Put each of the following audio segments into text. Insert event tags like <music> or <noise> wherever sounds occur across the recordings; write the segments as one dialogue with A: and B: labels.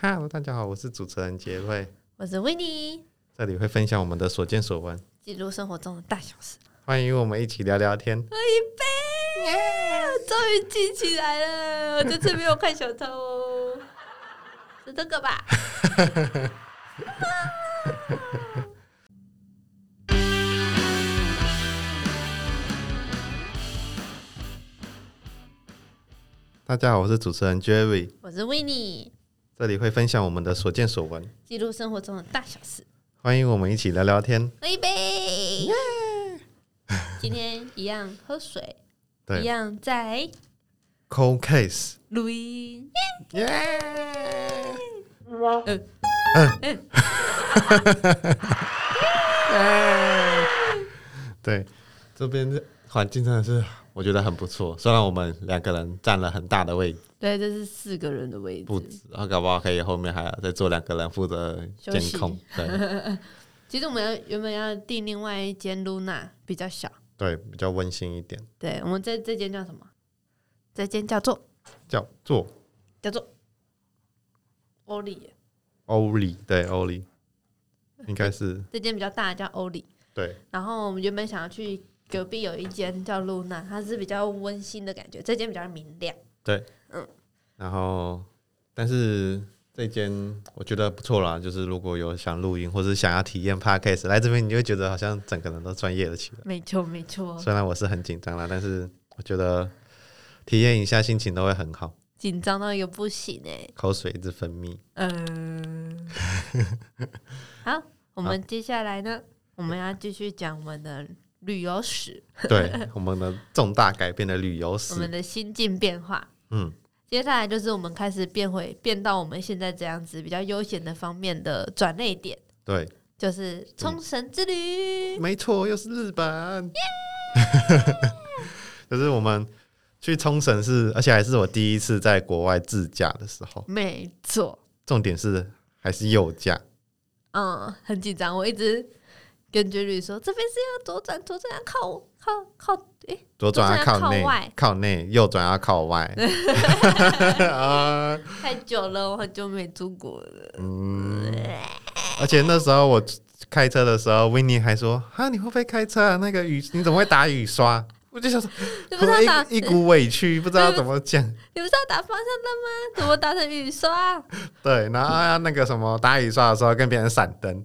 A: Hello，大家好，我是主持人杰瑞，
B: 我是维尼，
A: 这里会分享我们的所见所闻，
B: 记录生活中的大小事。
A: 欢迎我们一起聊聊天。
B: 喝一杯，我终于记起来了，我这次没有看小偷哦， <laughs> 是这个吧？
A: 大家好，我是主持人 Jerry，
B: 我是维尼，
A: 这里会分享我们的所见所闻，
B: 记录生活中的大小事。
A: 欢迎我们一起聊聊天。
B: 喝一杯，今天一样喝水，一
A: 对
B: 样在
A: ，Cold Case，
B: 录音。
A: 耶、
B: 嗯
A: 对，这边的环境真的是我觉得很不错，虽然我们两个人占了很大的位置。
B: 对，这是四个人的位
A: 不
B: 置。
A: 止，然后搞不好可以后面还要再做两个人负责
B: 休
A: 监
B: 息
A: 控，对
B: 其实我们要原本要订另外一间露娜，比较小。
A: 对，比较温馨一点，
B: 对，我们这这间叫什么？这间叫做
A: 叫做
B: 叫做欧里，
A: 欧里，对欧
B: <laughs>
A: 里，应该是
B: 这间比较大，叫欧里。
A: 对
B: 然后我们原本想要去隔壁有一间叫露娜，它是比较温馨的感觉，这间比较明亮。
A: 对，
B: 嗯，
A: 然后但是这间我觉得不错啦，就是如果有想录音或是想要体验 podcast 来这边，你就会觉得好像整个人都专业了起来。
B: 没错，没错，
A: 虽然我是很紧张啦，但是我觉得体验一下心情都会很好，
B: 紧张到一个不行哎、
A: 口水一直分泌。
B: 嗯， <laughs> 好，我们接下来呢，我们要继续讲我们的旅游史， <laughs>
A: 对我们的重大改变的旅游
B: 我们
A: 史，
B: 的心境变化。
A: 嗯，
B: 接下来就是我们开始变回变到我们现在这样子比较悠闲的方面的转捩点，
A: 对，
B: 就是冲绳之旅。
A: 没错，又是日 <laughs> 本。就是我们去冲绳是，而且还是我第一次在国外自驾的时候，
B: 没错，
A: 重点是还是右驾。
B: 嗯，很紧张，我一直跟绝旅说这边是要左转，左转要靠靠靠，诶、
A: 左转要靠
B: 左转要
A: 内
B: 靠外，
A: 靠内；右转要靠外。 <laughs> 啊，
B: 太久了，我很久没出国了。
A: 嗯。而且那时候我开车的时候，维尼还说：“啊，你会不会开车啊？那个雨，你怎么会打雨刷？” <laughs> 我就想说，
B: 你不是要打，
A: 一一股委屈，不知道怎么讲。
B: 你不是要打方向灯吗？怎么打成雨刷？
A: 对，然后啊那个什么打雨刷的时候跟别人闪灯，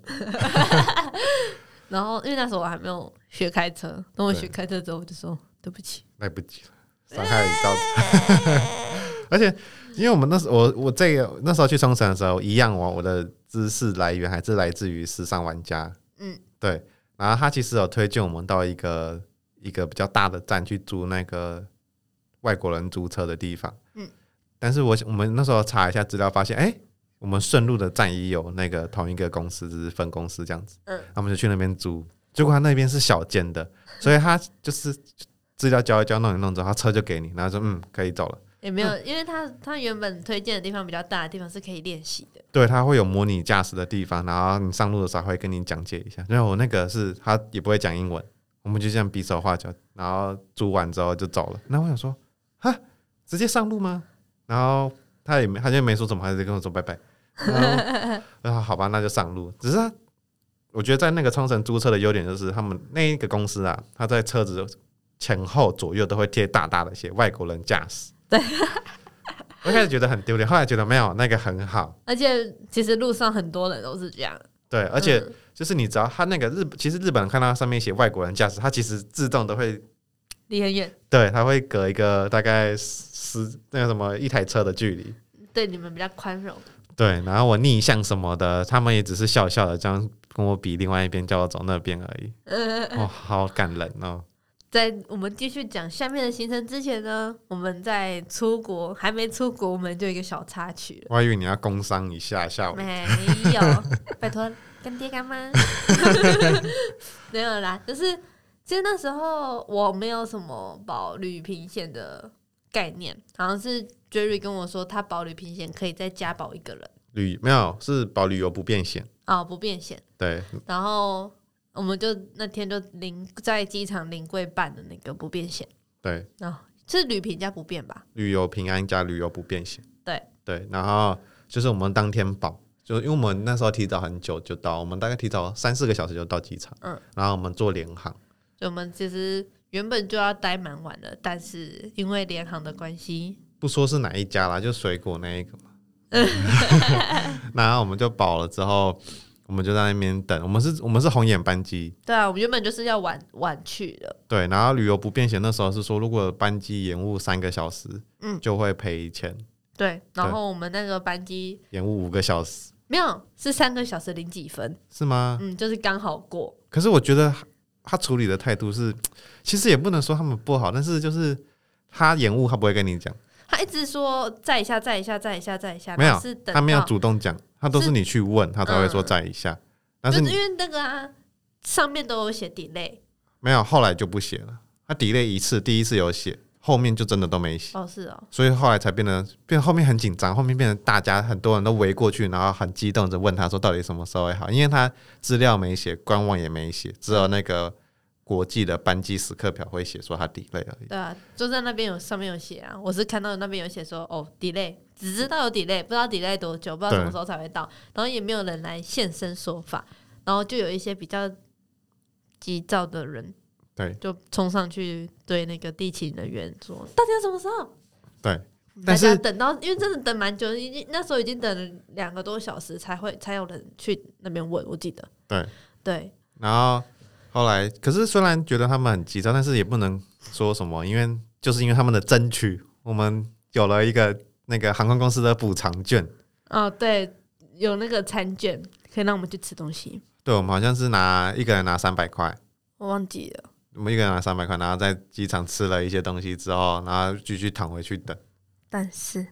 B: 然后因为那时候我还没有学开车，等我
A: 对
B: 学开车之后，我就说对不起，
A: 来不及了，伤害已造成。 <laughs> 而且，因为我们那时候我我这个那时候去冲绳的时候，一样哦我我的知识来源还是来自于时尚玩家，
B: 嗯，
A: 对。然后他其实有推荐我们到一个一个比较大的站去租那个外国人租车的地方，
B: 嗯。
A: 但是我我们那时候查一下资料，发现哎、我们顺路的站也有那个同一个公司，只是分公司这样子。
B: 嗯，
A: 他们就去那边租，结果他那边是小间的，所以他就是资料交一交，弄一弄之后，他车就给你，然后说嗯，可以走了。
B: 也没有，因为他他原本推荐的地方比较大的地方是可以练习的。
A: 对，他会有模拟驾驶的地方，然后你上路的时候会跟你讲解一下。因为我那个是他也不会讲英文，我们就这样比手画脚，然后租完之后就走了。那我想说，哈，直接上路吗？ <laughs> 然后他也没，他就没说什么，他就跟我说拜拜。然后啊，好吧，那就上路。只是他，我觉得在那个冲绳租车的优点就是，他们那一个公司啊，他在车子前后左右都会贴大大的写“外国人驾驶”。
B: 对，
A: 我一开始觉得很丢脸，后来觉得没有那个很好。
B: 而且其实路上很多人都是这样，
A: 对，而且
B: 嗯
A: 就是你只要他那个日，其实日本人看到上面写外国人驾驶，他其实自动都会
B: 离很远，
A: 对，他会隔一个大概十那个什么一台车的距离。
B: 对你们比较宽容。
A: 对，然后我逆向什么的，他们也只是笑笑的这样跟我比，另外一边叫我走那边而已。
B: 呃，
A: 哦，好感人哦。
B: 在我们继续讲下面的行程之前呢，我们在出国还没出国，我们就有一个小插曲
A: 我还以为你要工商一下下
B: 了，
A: 午。
B: 没有，拜托干爹干妈，没有啦，就是其实那时候我没有什么保旅平险的概念，好像是 Jerry 跟我说他保旅平险可以再加保一个人
A: 旅没有是保旅游不变险。
B: 啊、不变险。
A: 对，
B: 然后我们就那天就临在机场临柜办的那个不变险，
A: 对，
B: 然后是旅平加不变吧？
A: 旅游平安加旅游不变险。
B: 对
A: 对，然后就是我们当天报，就是因为我们那时候提早很久就到，我们大概提早三四个小时就到机场，
B: 嗯，
A: 然后我们坐联航，
B: 就我们其实原本就要待蛮晚的，但是因为联航的关系，
A: 不说是哪一家啦，就水果那一个
B: <laughs>
A: 嘛。然后我们就饱了之后，我们就在那边等。我们是，我们是红眼班机，
B: 对啊，我们原本就是要晚晚去的，
A: 对。然后旅游不便险那时候是说，如果班机延误三个小时，
B: 嗯
A: 就会赔钱；
B: 对。然后我们那个班机
A: 延误五个小时
B: 没有是三个小时零几分，
A: 是吗？
B: 嗯，就是刚好过。
A: 可是我觉得他处理的态度是，其实也不能说他们不好，但是就是他延误，他不会跟你讲，
B: 他一直说再一下，再一下，再一下，再一下，
A: 没有
B: 然后是等
A: 他没有
B: 到
A: 主动讲，他都是
B: 是
A: 你去问，他才会说
B: 嗯
A: 在一下。但是
B: 就是
A: 你
B: 因为那个啊，上面都有写 delay，
A: 没有，后来就不写了。他 delay 一次，第一次有写，后面就真的都没写，
B: 哦是哦，
A: 所以后来才变得变后面很紧张，后面变成大家很多人都围过去，然后很激动着问他说到底什么时候会好，因为他资料没写，官网也没写，只有那个国际的班机时刻表会写说他 delay 而已。
B: 对啊，就在那边有上面有写啊，我是看到那边有写说哦 delay，只知道有 delay，不知道 delay 多久，不知道
A: 对
B: 什么时候才会到，然后也没有人来现身说法，然后就有一些比较急躁的人，
A: 对
B: 就冲上去对那个地勤人员说到底要什么时候？
A: 对，
B: 大
A: 但
B: 家
A: 是
B: 等到，因为真的等蛮久，已经那时候已经等了两个多小时才会才有人去那边问，我记得
A: 对，
B: 对，
A: 然后后来，可是虽然觉得他们很急躁，但是也不能说什么，因为就是因为他们的争取，我们有了一个那个航空公司的补偿券。
B: 哦，对，有那个餐券可以让我们去吃东西，
A: 对，我们好像是拿一个人拿三百块，
B: 我忘记了。
A: 我们一个人拿三百块，然后在机场吃了一些东西之后，然后继续躺回去等。
B: 但是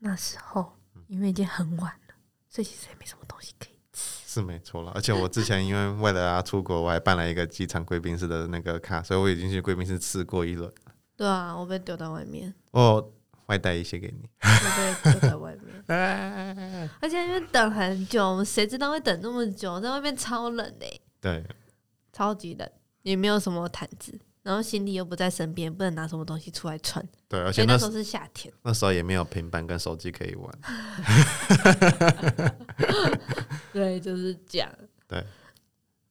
B: 那时候因为已经很晚了，所以其实也没什么东西可以吃。
A: 是没错了，而且我之前因为为了要出国，我还办了一个机场贵宾室的那个卡，所以我已经去贵宾室吃过一轮。
B: 对啊，我被丢到外面，
A: 我外带一些给你。
B: 我被丢在外 <laughs> 面，而且因为等很久，我们谁知道会等那么久？在外面超冷嘞、
A: 对，
B: 超级冷，也没有什么毯子，然后行李又不在身边，不能拿什么东西出来穿，
A: 对，而
B: 所
A: 且
B: 以
A: 那
B: 哎那
A: 时
B: 时候是夏天。
A: 那时候也没有平板跟手机可以玩。
B: 对，就是这样。啊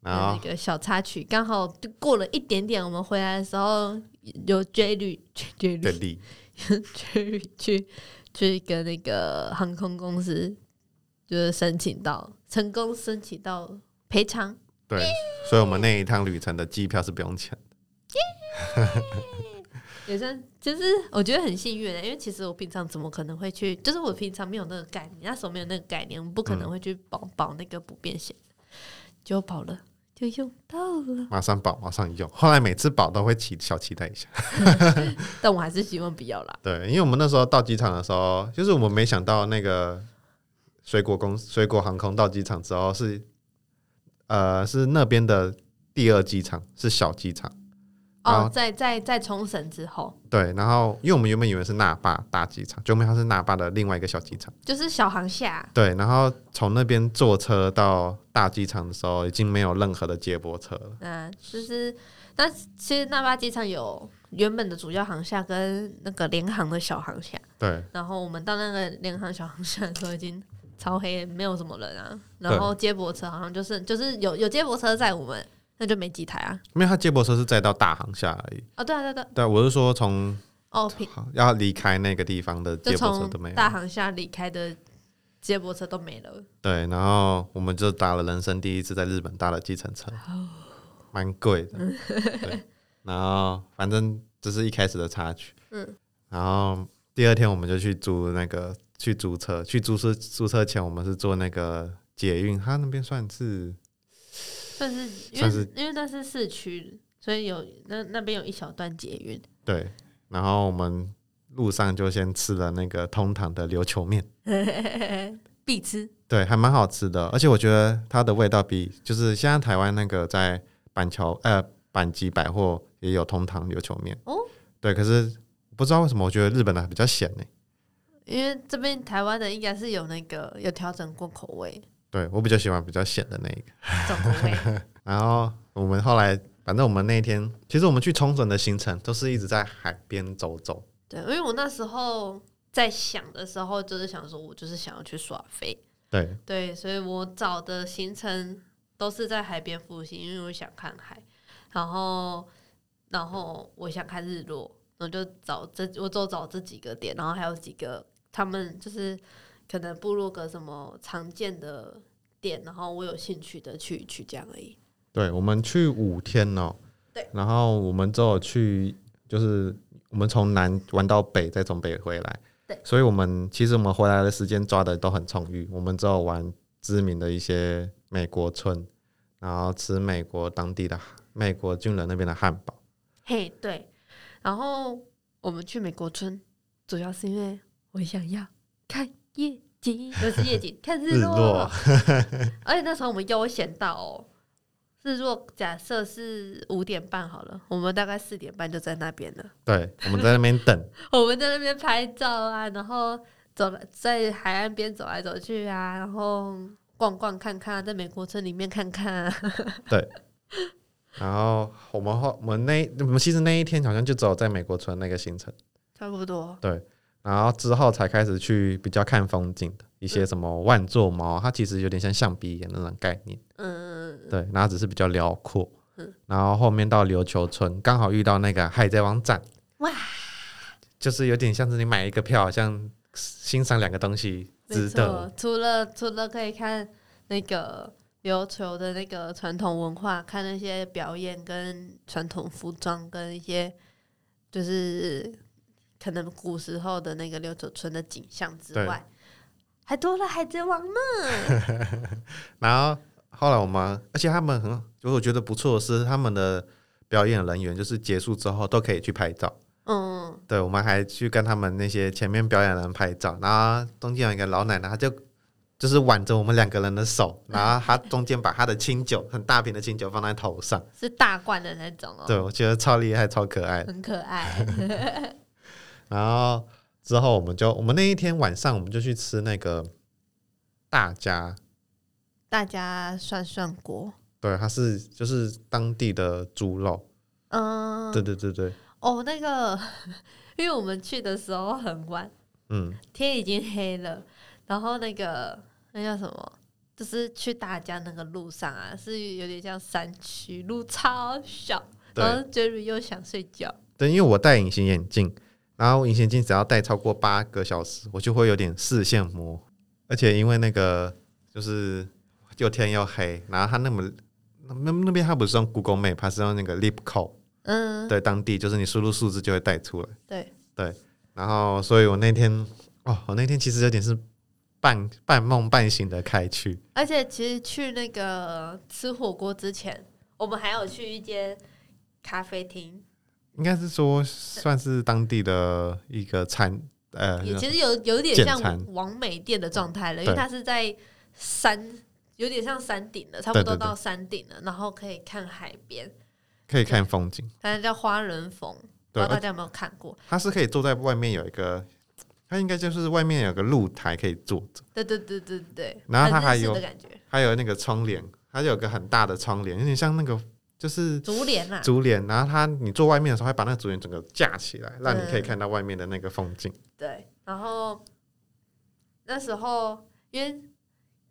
A: 然
B: 有
A: 后
B: 一个小插曲，刚好就过了一点点，我们回来的时候有 Jerry Jerry
A: 的力，
B: <laughs> 去去去跟那个航空公司就是申请到成功申请到赔偿，
A: 对，所以我们那一趟旅程的机票是不用钱的。
B: 也算其实我觉得很幸运的、欸因为其实我平常怎么可能会去，就是我平常没有那个概念，那时候没有那个概念，我不可能会去保保那个不便险，就保了就用到了，
A: 马上保，马上用。后来每次保都会期小期待一下，
B: 但我还是希望不要啦。
A: 对，因为我们那时候到机场的时候，就是我们没想到那个水果公水果航空到机场之后是，呃，是那边的第二机场，是小机场。然后
B: 哦，在在在冲绳之后，
A: 对，然后因为我们原本以为是那霸大机场，就没想到是那霸的另外一个小机场。
B: 就是小航下，
A: 对，然后从那边坐车到大机场的时候，已经没有任何的接驳车了。
B: 嗯，就是那其实那巴机场有原本的主要航厦跟那个联航的小航厦，
A: 对，
B: 然后我们到那个联航小航厦的时候已经超黑，没有什么人啊，然后接驳车好像就是就是有有接驳车载我们，那就没几台啊。
A: 因为他接驳车是再到大航厦而已。
B: 哦，对啊，对啊对啊，
A: 对，我是说从
B: 哦，平
A: 要离开那个地方的
B: 就
A: 接驳车
B: 从
A: 都没有。
B: 大航厦离开的接驳车都没了，
A: 对，然后我们就搭了人生第一次在日本搭了计程车，蛮贵的。对，然后反正这是一开始的插曲。
B: 嗯，
A: 然后第二天我们就去租那个去租车，去租车租车前我们是坐那个捷运，它那边算是
B: 算是因
A: 算是
B: 为因为那是市区，所以有那那边有一小段捷运， <laughs>
A: 对，然后我们路上就先吃了那个通堂的琉球面，
B: 必吃。
A: 对，还蛮好吃的，而且我觉得它的味道比就是现在台湾那个在板桥呃板吉百货也有通堂琉球面
B: 哦，
A: 对，可是不知道为什么我觉得日本的比较咸呢、
B: 因为这边台湾的应该是有那个有调整过口味，
A: 对我比较喜欢比较咸的那一个。
B: 重口味。
A: 然后我们后来，反正我们那一天，其实我们去冲绳的行程都是一直在海边走走，
B: 对，因为我那时候在想的时候，就是想说我就是想要去耍飞，
A: 对，
B: 对，所以我找的行程都是在海边附近，因为我想看海，然后然后我想看日落，我就找这我就找这几个点，然后还有几个他们就是可能部落格什么常见的点，然后我有兴趣的去去这样而已。
A: 对，我们去五天哦、
B: 对，
A: 然后我们只有去，就是我们从南玩到北，再从北回来。
B: 对，
A: 所以我们其实我们回来的时间抓的都很充裕，我们只有玩知名的一些美国村，然后吃美国当地的美国军人那边的汉堡。
B: 嘿，对，然后我们去美国村，主要是因为我想要看夜景，不是夜景，看日
A: 日
B: 落。
A: 落
B: 而且那时候我们悠闲到哦，日落假设是五点半好了，我们大概四点半就在那边了。
A: 对，我们在那边等。 <laughs>
B: 我们在那边拍照啊，然后走了在海岸边走来走去啊，然后逛逛看看啊，在美国村里面看看啊。
A: 然后我们后我们那我们其实那一天好像就只有在美国村那个行程。
B: 差不多，
A: 然后之后才开始去比较看风景的一
B: 嗯
A: 些什么万座猫，啊它其实有点像象鼻岩那种概念，
B: 嗯，
A: 对，然后只是比较辽阔
B: 嗯。
A: 然后后面到琉球村，刚好遇到那个海贼王展，
B: 哇，
A: 就是有点像是你买一个票，好像欣赏两个东西，
B: 没
A: 值得
B: 错。，除了除了可以看那个琉球的那个传统文化，看那些表演跟传统服装跟一些就是可能古时候的那个琉球村的景象之
A: 对
B: 外，还多了海贼王呢。
A: 然后后来我们，而且他们很，就是我觉得不错的是他们的表演人员，就是结束之后都可以去拍照。
B: 嗯，
A: 对，我们还去跟他们那些前面表演的人拍照，然后中间有一个老奶奶，她就就是挽着我们两个人的手，然后她中间把她的清酒很大瓶的清酒放在头上，
B: 是大罐的那种哦，
A: 对我觉得超厉害、超可爱的。
B: 很可
A: <laughs>
B: 爱。
A: 然后之后我们就我们那一天晚上我们就去吃那个大家，
B: 大家涮涮锅，
A: 对，它是就是当地的猪肉，
B: 嗯，
A: 对对对对，
B: 哦，那个， <laughs> 因为我们去的时候很晚。
A: 嗯，
B: 天已经黑了，然后那个那叫什么？就是去大家那个路上啊，是有点像山区，路超小，
A: 对
B: 然后 Jerry 又想睡觉，
A: 对，因为我戴隐形眼镜，然后隐形眼镜只要戴超过八个小时，我就会有点视线模糊。而且因为那个就是又天又黑，然后他那么那那那边他不是用 Google Map，他是用那个 l i p c o
B: 嗯，
A: 对，当地就是你输入数字就会带出来。
B: 对
A: 然后，所以我那天哦，我那天其实有点是半半梦半醒的开去，
B: 而且其实去那个吃火锅之前，我们还有去一间咖啡厅，
A: 应该是说算是当地的一个餐呃
B: 也其实有有点
A: 简
B: 像
A: 餐
B: 王美店的状态了，因为
A: 对
B: 它是在山，有点像山顶了，差不
A: 对
B: 多
A: 对对
B: 到山顶了，然后可以看海边，
A: 可以看风景，
B: 它叫花人峰，不
A: 对，而
B: 知道哦大家有没有看过？
A: 他是可以坐在外面有一个，他应该就是外面有个露台可以坐着，
B: 对对对对对，
A: 然后它
B: 很日
A: 还
B: 式
A: 有
B: 的感觉，
A: 还有那个窗帘，它有个很大的窗帘，有点像那个就是
B: 竹帘啊，
A: 竹帘，然后它你坐外面的时候，还把那个竹帘整个架起来，让你可以
B: 嗯
A: 看到外面的那个风景。
B: 对。然后那时候，因为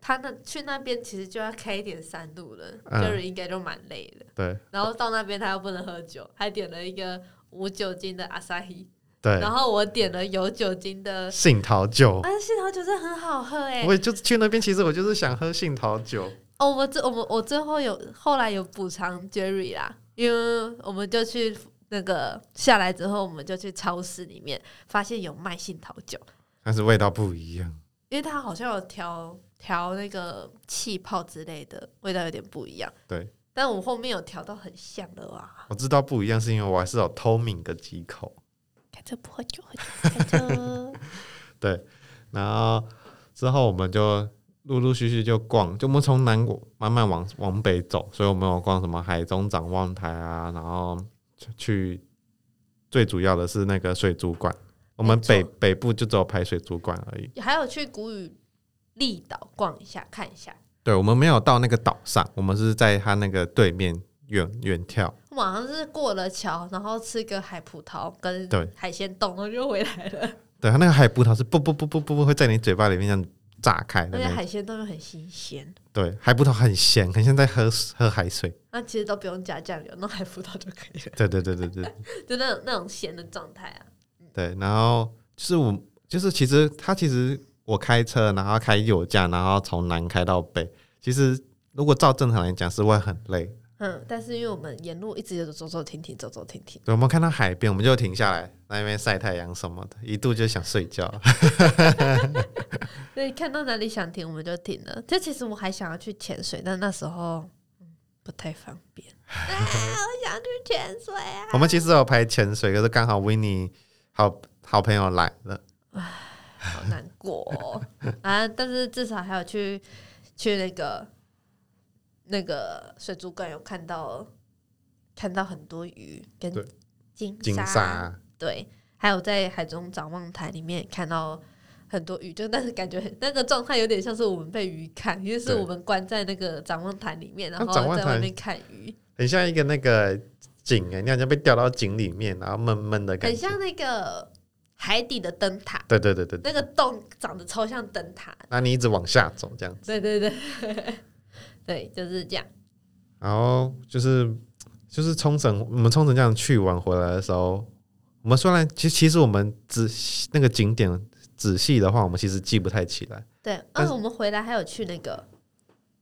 B: 他那去那边其实就要开一点山路了，
A: 嗯
B: Jerry 应该就蛮累的。
A: 对
B: 然后到那边他又不能喝酒，还点了一个无酒精的阿萨希，
A: 对，
B: 然后我点了有酒精的，
A: 杏桃酒，
B: 啊，杏桃酒真的很好喝哎、
A: 我也就是去那边，其实我就是想喝杏桃酒。
B: 哦，我最我们我最后有后来有补偿 Jerry 啦，因为我们就去那个下来之后，我们就去超市里面发现有卖杏桃酒，
A: 但是味道不一样，
B: 因为它好像有调调那个气泡之类的，味道有点不一样。
A: 对，
B: 但我后面有调到很像的啊，
A: 我知道不一样，是因为我还是有偷抿个几口。
B: 开车不喝酒，喝酒开车
A: 对，然后之后我们就陆陆续续就逛，就我们从南国慢慢往往北走，所以我们有逛什么海中展望台啊，然后去去最主要的是那个水族馆，我们
B: 没错
A: 北北部就只有排水族馆而已。
B: <laughs> 还有去古雨立岛逛一下看一下，
A: 对，我们没有到那个岛上，我们是在它那个对面远远眺。
B: 晚上是过了桥，然后吃个海葡萄跟
A: 对
B: 海鲜冻，然后就回来了。
A: 对，它那个海葡萄是不不不不不不会在你嘴巴里面这样炸开的
B: 而且
A: 那种。
B: 海鲜都很新鲜，
A: 对，海葡萄很咸，很像在喝喝海水。
B: 那其实都不用加酱油，弄海葡萄就可以
A: <laughs>
B: 了，
A: 对对对对对
B: 就那种那种咸的状态啊。
A: 对。然后就是我，就是其实它其实我开车，然后开右驾，然后从南开到北，其实如果照正常来讲是会很累。
B: 嗯，但是因为我们沿路一直有走走停停，走走停停，
A: 对，我们看到海边，我们就停下来那边晒太阳什么的，一度就想睡觉。
B: 所以看到哪里想停我们就停了。就其实我还想要去潜水，但那时候、嗯不太方
A: <laughs>
B: 便。啊，我想去潜水啊！
A: <laughs> 我们其实有排潜水，可是刚好维尼好好朋友来了。
B: 好难过、哦、
A: <laughs>
B: 啊！但是至少还有去去那个那个水族馆，有看到看到很多鱼跟
A: 对
B: 金
A: 金
B: 鲨，
A: 沙，
B: 对，还有在海中展望台里面看到很多鱼，就但是感觉那个状态有点像是我们被鱼看，因为是
A: 对
B: 我们关在那个展望台里面，然
A: 那展
B: 后
A: 望
B: 在
A: 台
B: 外面看鱼，
A: 很像一个那个井哎、你好像被掉到井里面，然后闷闷的感
B: 很
A: 觉。
B: 像那个海底的灯塔，
A: 对对对对对，
B: 那个洞长得超像灯塔的
A: 那你一直往下走这样，
B: 对对对， <laughs> 对，就是这样。
A: 然后就是就是冲绳，我们冲绳这样去玩回来的时候，我们虽然其实其实我们仔细那个景点仔细的话，我们其实记不太起来。
B: 对，
A: 但
B: 而
A: 是
B: 我们回来还有去那个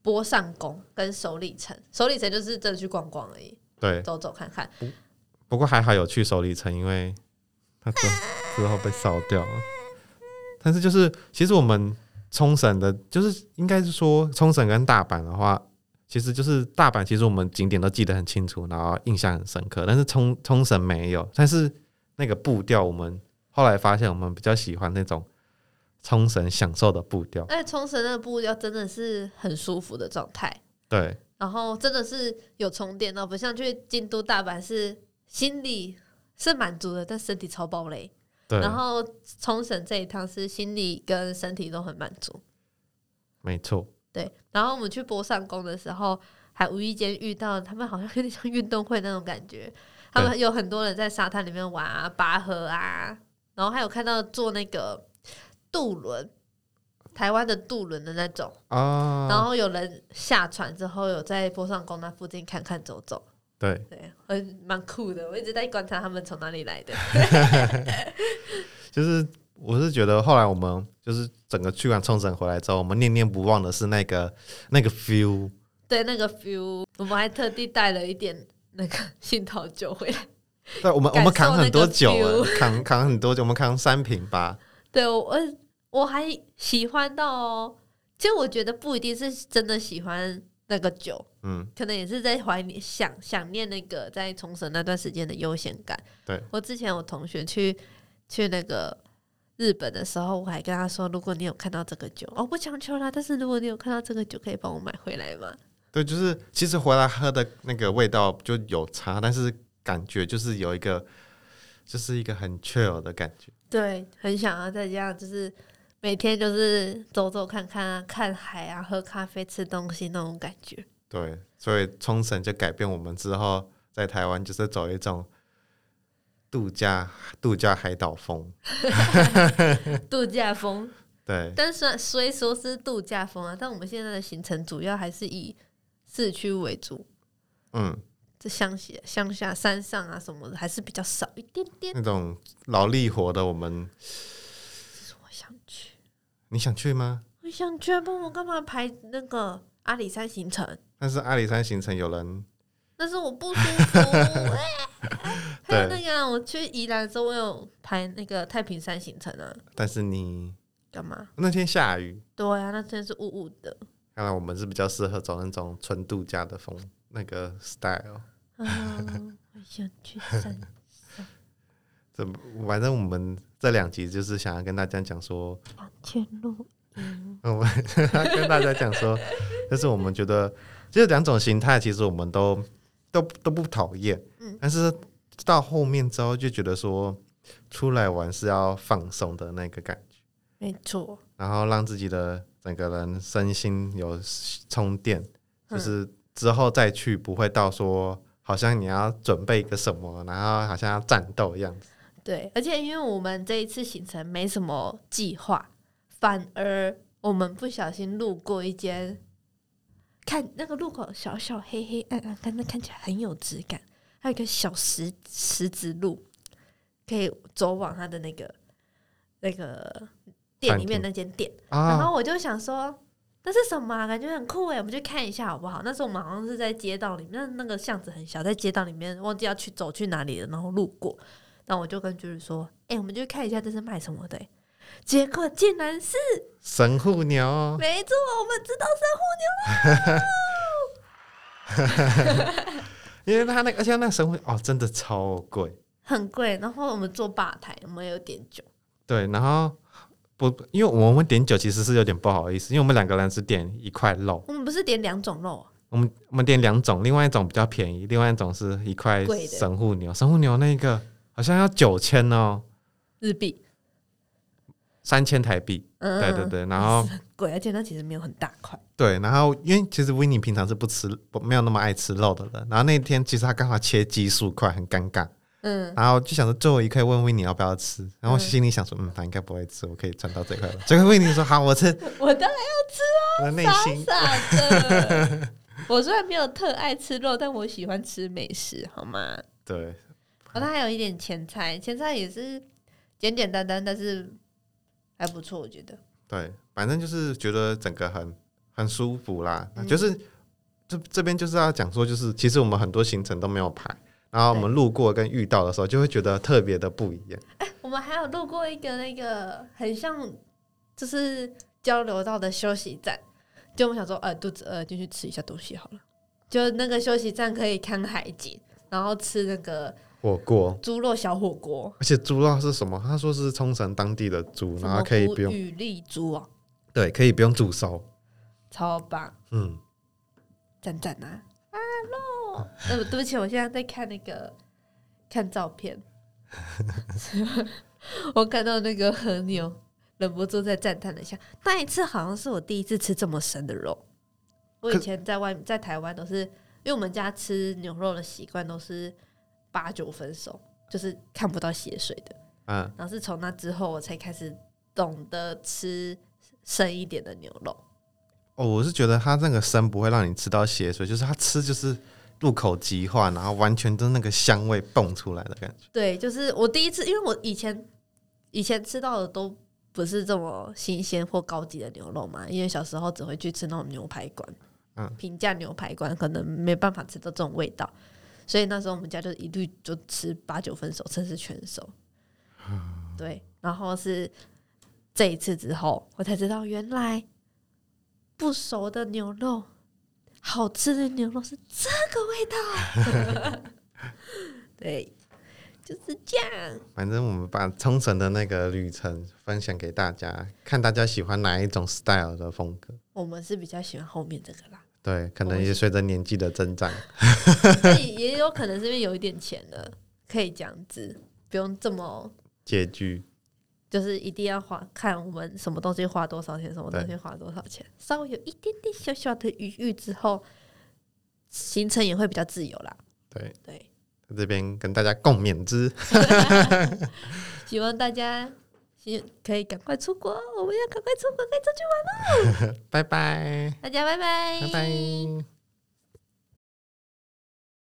B: 波上宫跟首里城，首里城就是真的去逛逛而已，
A: 对，
B: 走走看看。
A: 不过还好有去首里城，因为它之之后被烧掉了。但是就是，其实我们冲绳的，就是应该是说冲绳跟大阪的话，其实就是大阪，其实我们景点都记得很清楚，然后印象很深刻。但是冲冲绳没有，但是那个步调，我们后来发现我们比较喜欢那种冲绳享受的步调。
B: 而且冲绳那步调真的是很舒服的状态，
A: 对，
B: 然后真的是有充电到，不像去京都、大阪是心里是满足的，但身体超爆累。
A: 对，啊
B: 然后冲绳这一趟是心理跟身体都很满足。
A: 没错。
B: 对，然后我们去波上宫的时候，还无意间遇到他们，好像有点像运动会那种感觉。他们有很多人在沙滩里面玩啊、拔河啊，然后还有看到坐那个渡轮，台湾的渡轮的那种。
A: 啊，
B: 然后有人下船之后，有在波上宫那附近看看走走，
A: 对，
B: 对，很蛮酷的。我一直在观察他们从哪里来的。 <laughs>
A: 就是我是觉得后来我们就是整个去完冲绳回来之后，我们念念不忘的是那个那个 feel。
B: 对，那个 feel，我们还特地带了一点那个杏桃酒回来。 <laughs>
A: 对，我们我
B: 感受
A: 们扛很多酒
B: 那个
A: 了， <laughs> 扛扛很多酒，我们扛三瓶吧。
B: 对我，我我还喜欢到哦，其实我觉得不一定是真的喜欢那个酒，
A: 嗯，
B: 可能也是在怀念、想想念那个在冲绳那段时间的悠闲感。
A: 对
B: 我之前我同学去去那个日本的时候，我还跟他说，如果你有看到这个酒，哦，不强求啦，但是如果你有看到这个酒，可以帮我买回来吗？
A: 对，就是其实回来喝的那个味道就有差，但是感觉就是有一个，就是一个很 chill 的感觉。
B: 对，很想要在家就是。每天就是走走看看啊，看海啊，喝咖啡、吃东西那种感觉。
A: 对，所以冲绳就改变我们之后在台湾就是走一种度假度假海岛风。
B: 度假风，
A: 对，
B: 但虽虽说是度假风啊，但我们现在的行程主要还是以市区为主，
A: 嗯，
B: 这乡下、乡下、山上啊什么的还是比较少一点点。
A: 那种劳力活的，我们
B: 我想去，
A: 你想去吗？
B: 我想去，啊不然我干嘛排那个阿里山行程？
A: 但是阿里山行程有人
B: 但是我不舒服。哎还有
A: 对
B: 那个啊、我去宜兰的时候，我有排那个太平山行程啊，
A: 但是你
B: 干嘛？
A: 那天下雨，
B: 对啊，那真的是雾雾的。
A: 看来我们是比较适合走那种纯度假的风那个 style。
B: <laughs> 嗯，我想去山。
A: 这反正我们这两集就是想要跟大家讲说，
B: 去露
A: 我们 <laughs> 跟大家讲说，就是我们觉得这两种形态，其实我们都都都不讨厌，
B: 嗯
A: 但是到后面之后就觉得说，出来玩是要放松的那个感觉。
B: 没错，
A: 然后让自己的整个人身心有充电，就
B: 嗯
A: 是之后再去不会到说好像你要准备一个什么，然后好像要战斗一样子。
B: 对，而且因为我们这一次行程没什么计划，反而我们不小心路过一间，看那个路口小小黑黑暗暗，但是看起来很有质感，还有一个小石石子路，可以走往它的那个那个店里
A: 餐厅
B: 面那间店。然
A: 啊
B: 后我就想说，那是什么、啊？感觉很酷哎，我们去看一下好不好？那时候我们好像是在街道里面，那那个巷子很小，在街道里面忘记要去走去哪里了，然后路过，然后我就跟居士说，哎、我们就去看一下这是卖什么的欸、结果竟然是
A: 神户牛，
B: 没错，我们知道
A: 因为它那个，而且那神户哦，真的超贵。
B: 是很贵，然后我们坐吧台，我们有点久，
A: 对，然后不，因为我们点酒其实是有点不好意思，因为我们两个人只点一块肉，
B: 我们不是点两种肉啊，
A: 我们我们点两种，另外一种比较便宜，另外一种是一块
B: 贵的
A: 神户牛，神户牛那个好像要九千哦，
B: 日币，
A: 三千台币。
B: 嗯，
A: 对对对，然后
B: 贵，而且它其实没有很大块，
A: 对，然后因为其实 w i n n i 平常是不吃不没有那么爱吃肉的人，然后那天其实他刚好切鸡素块，很尴尬，
B: 嗯，
A: 然后就想说最后一刻问 w i n n i 要不要吃，然后我心里想说，嗯，他应该不会吃，我可以赚到这块了。结果 w i n n i 说好，我吃，
B: 我当然
A: 我的内心
B: 傻傻的。我虽然没有特爱吃肉，但我喜欢吃美食，好吗？
A: 对。
B: 哦，它还有一点前菜，前菜也是简简单单，但是还不错，我觉得。
A: 对，反正就是觉得整个很很舒服啦。就是这这边就是要讲说，就是其实我们很多行程都没有排，然后我们路过跟遇到的时候，就会觉得特别的不一样。
B: 我们还有路过一个那个很像就是交流道的休息站，就我们想说，呃，肚子饿就去吃一下东西好了。就那个休息站可以看海景，然后吃那个
A: 火锅，
B: 猪肉小火锅，
A: 而且猪肉是什么？他说是冲绳当地的猪，
B: 什
A: 然啊
B: 么
A: 后可以
B: 胡
A: 不用
B: 雨丽猪啊，
A: 对，可以不用煮熟。
B: 超棒。
A: 嗯，
B: 赞赞啊啊 no！呃，对不起，我现在在看那个看照片， <laughs> 我看到那个和牛，忍不住再赞叹了一下。那一次好像是我第一次吃这么生的肉，我以
A: 可
B: 前在外在台湾都是，因为我们家吃牛肉的习惯都是八九分熟，就是看不到血水的。
A: 啊，
B: 然后是从那之后，我才开始懂得吃深一点的牛肉。
A: 哦，我是觉得它那个生不会让你吃到血水，就是它吃就是入口即化，然后完全都那个香味蹦出来的感觉。
B: 对，就是我第一次，因为我以前以前吃到的都不是这么新鲜或高级的牛肉嘛，因为小时候只会去吃那种牛排馆，
A: 嗯
B: 平价牛排馆可能没办法吃到这种味道，所以那时候我们家就一律就吃八九分熟，甚至全熟。对，然后是这一次之后，我才知道原来不熟的牛肉，好吃的牛肉是这个味道。啊 <laughs> 对，就是这样。
A: 反正我们把冲绳的那个旅程分享给大家，看大家喜欢哪一种 style 的风格。
B: 我们是比较喜欢后面这个啦， <laughs>
A: 对，可能
B: 我
A: 也随着年纪的增长，
B: 但也也有可能是因为有一点钱了，可以这样子，不用这么
A: 结局
B: 就是一定要花看我们什么东西花多少钱，什么东西花多少钱，稍微有一点点小小的余裕之后，行程也会比较自由啦。
A: 对，
B: 对，
A: 在这边跟大家共勉之。 <laughs>
B: 希望大家希可以赶快出国，我们要赶快出国，可以出去玩了。
A: 拜拜，
B: 大家拜拜，
A: 拜拜。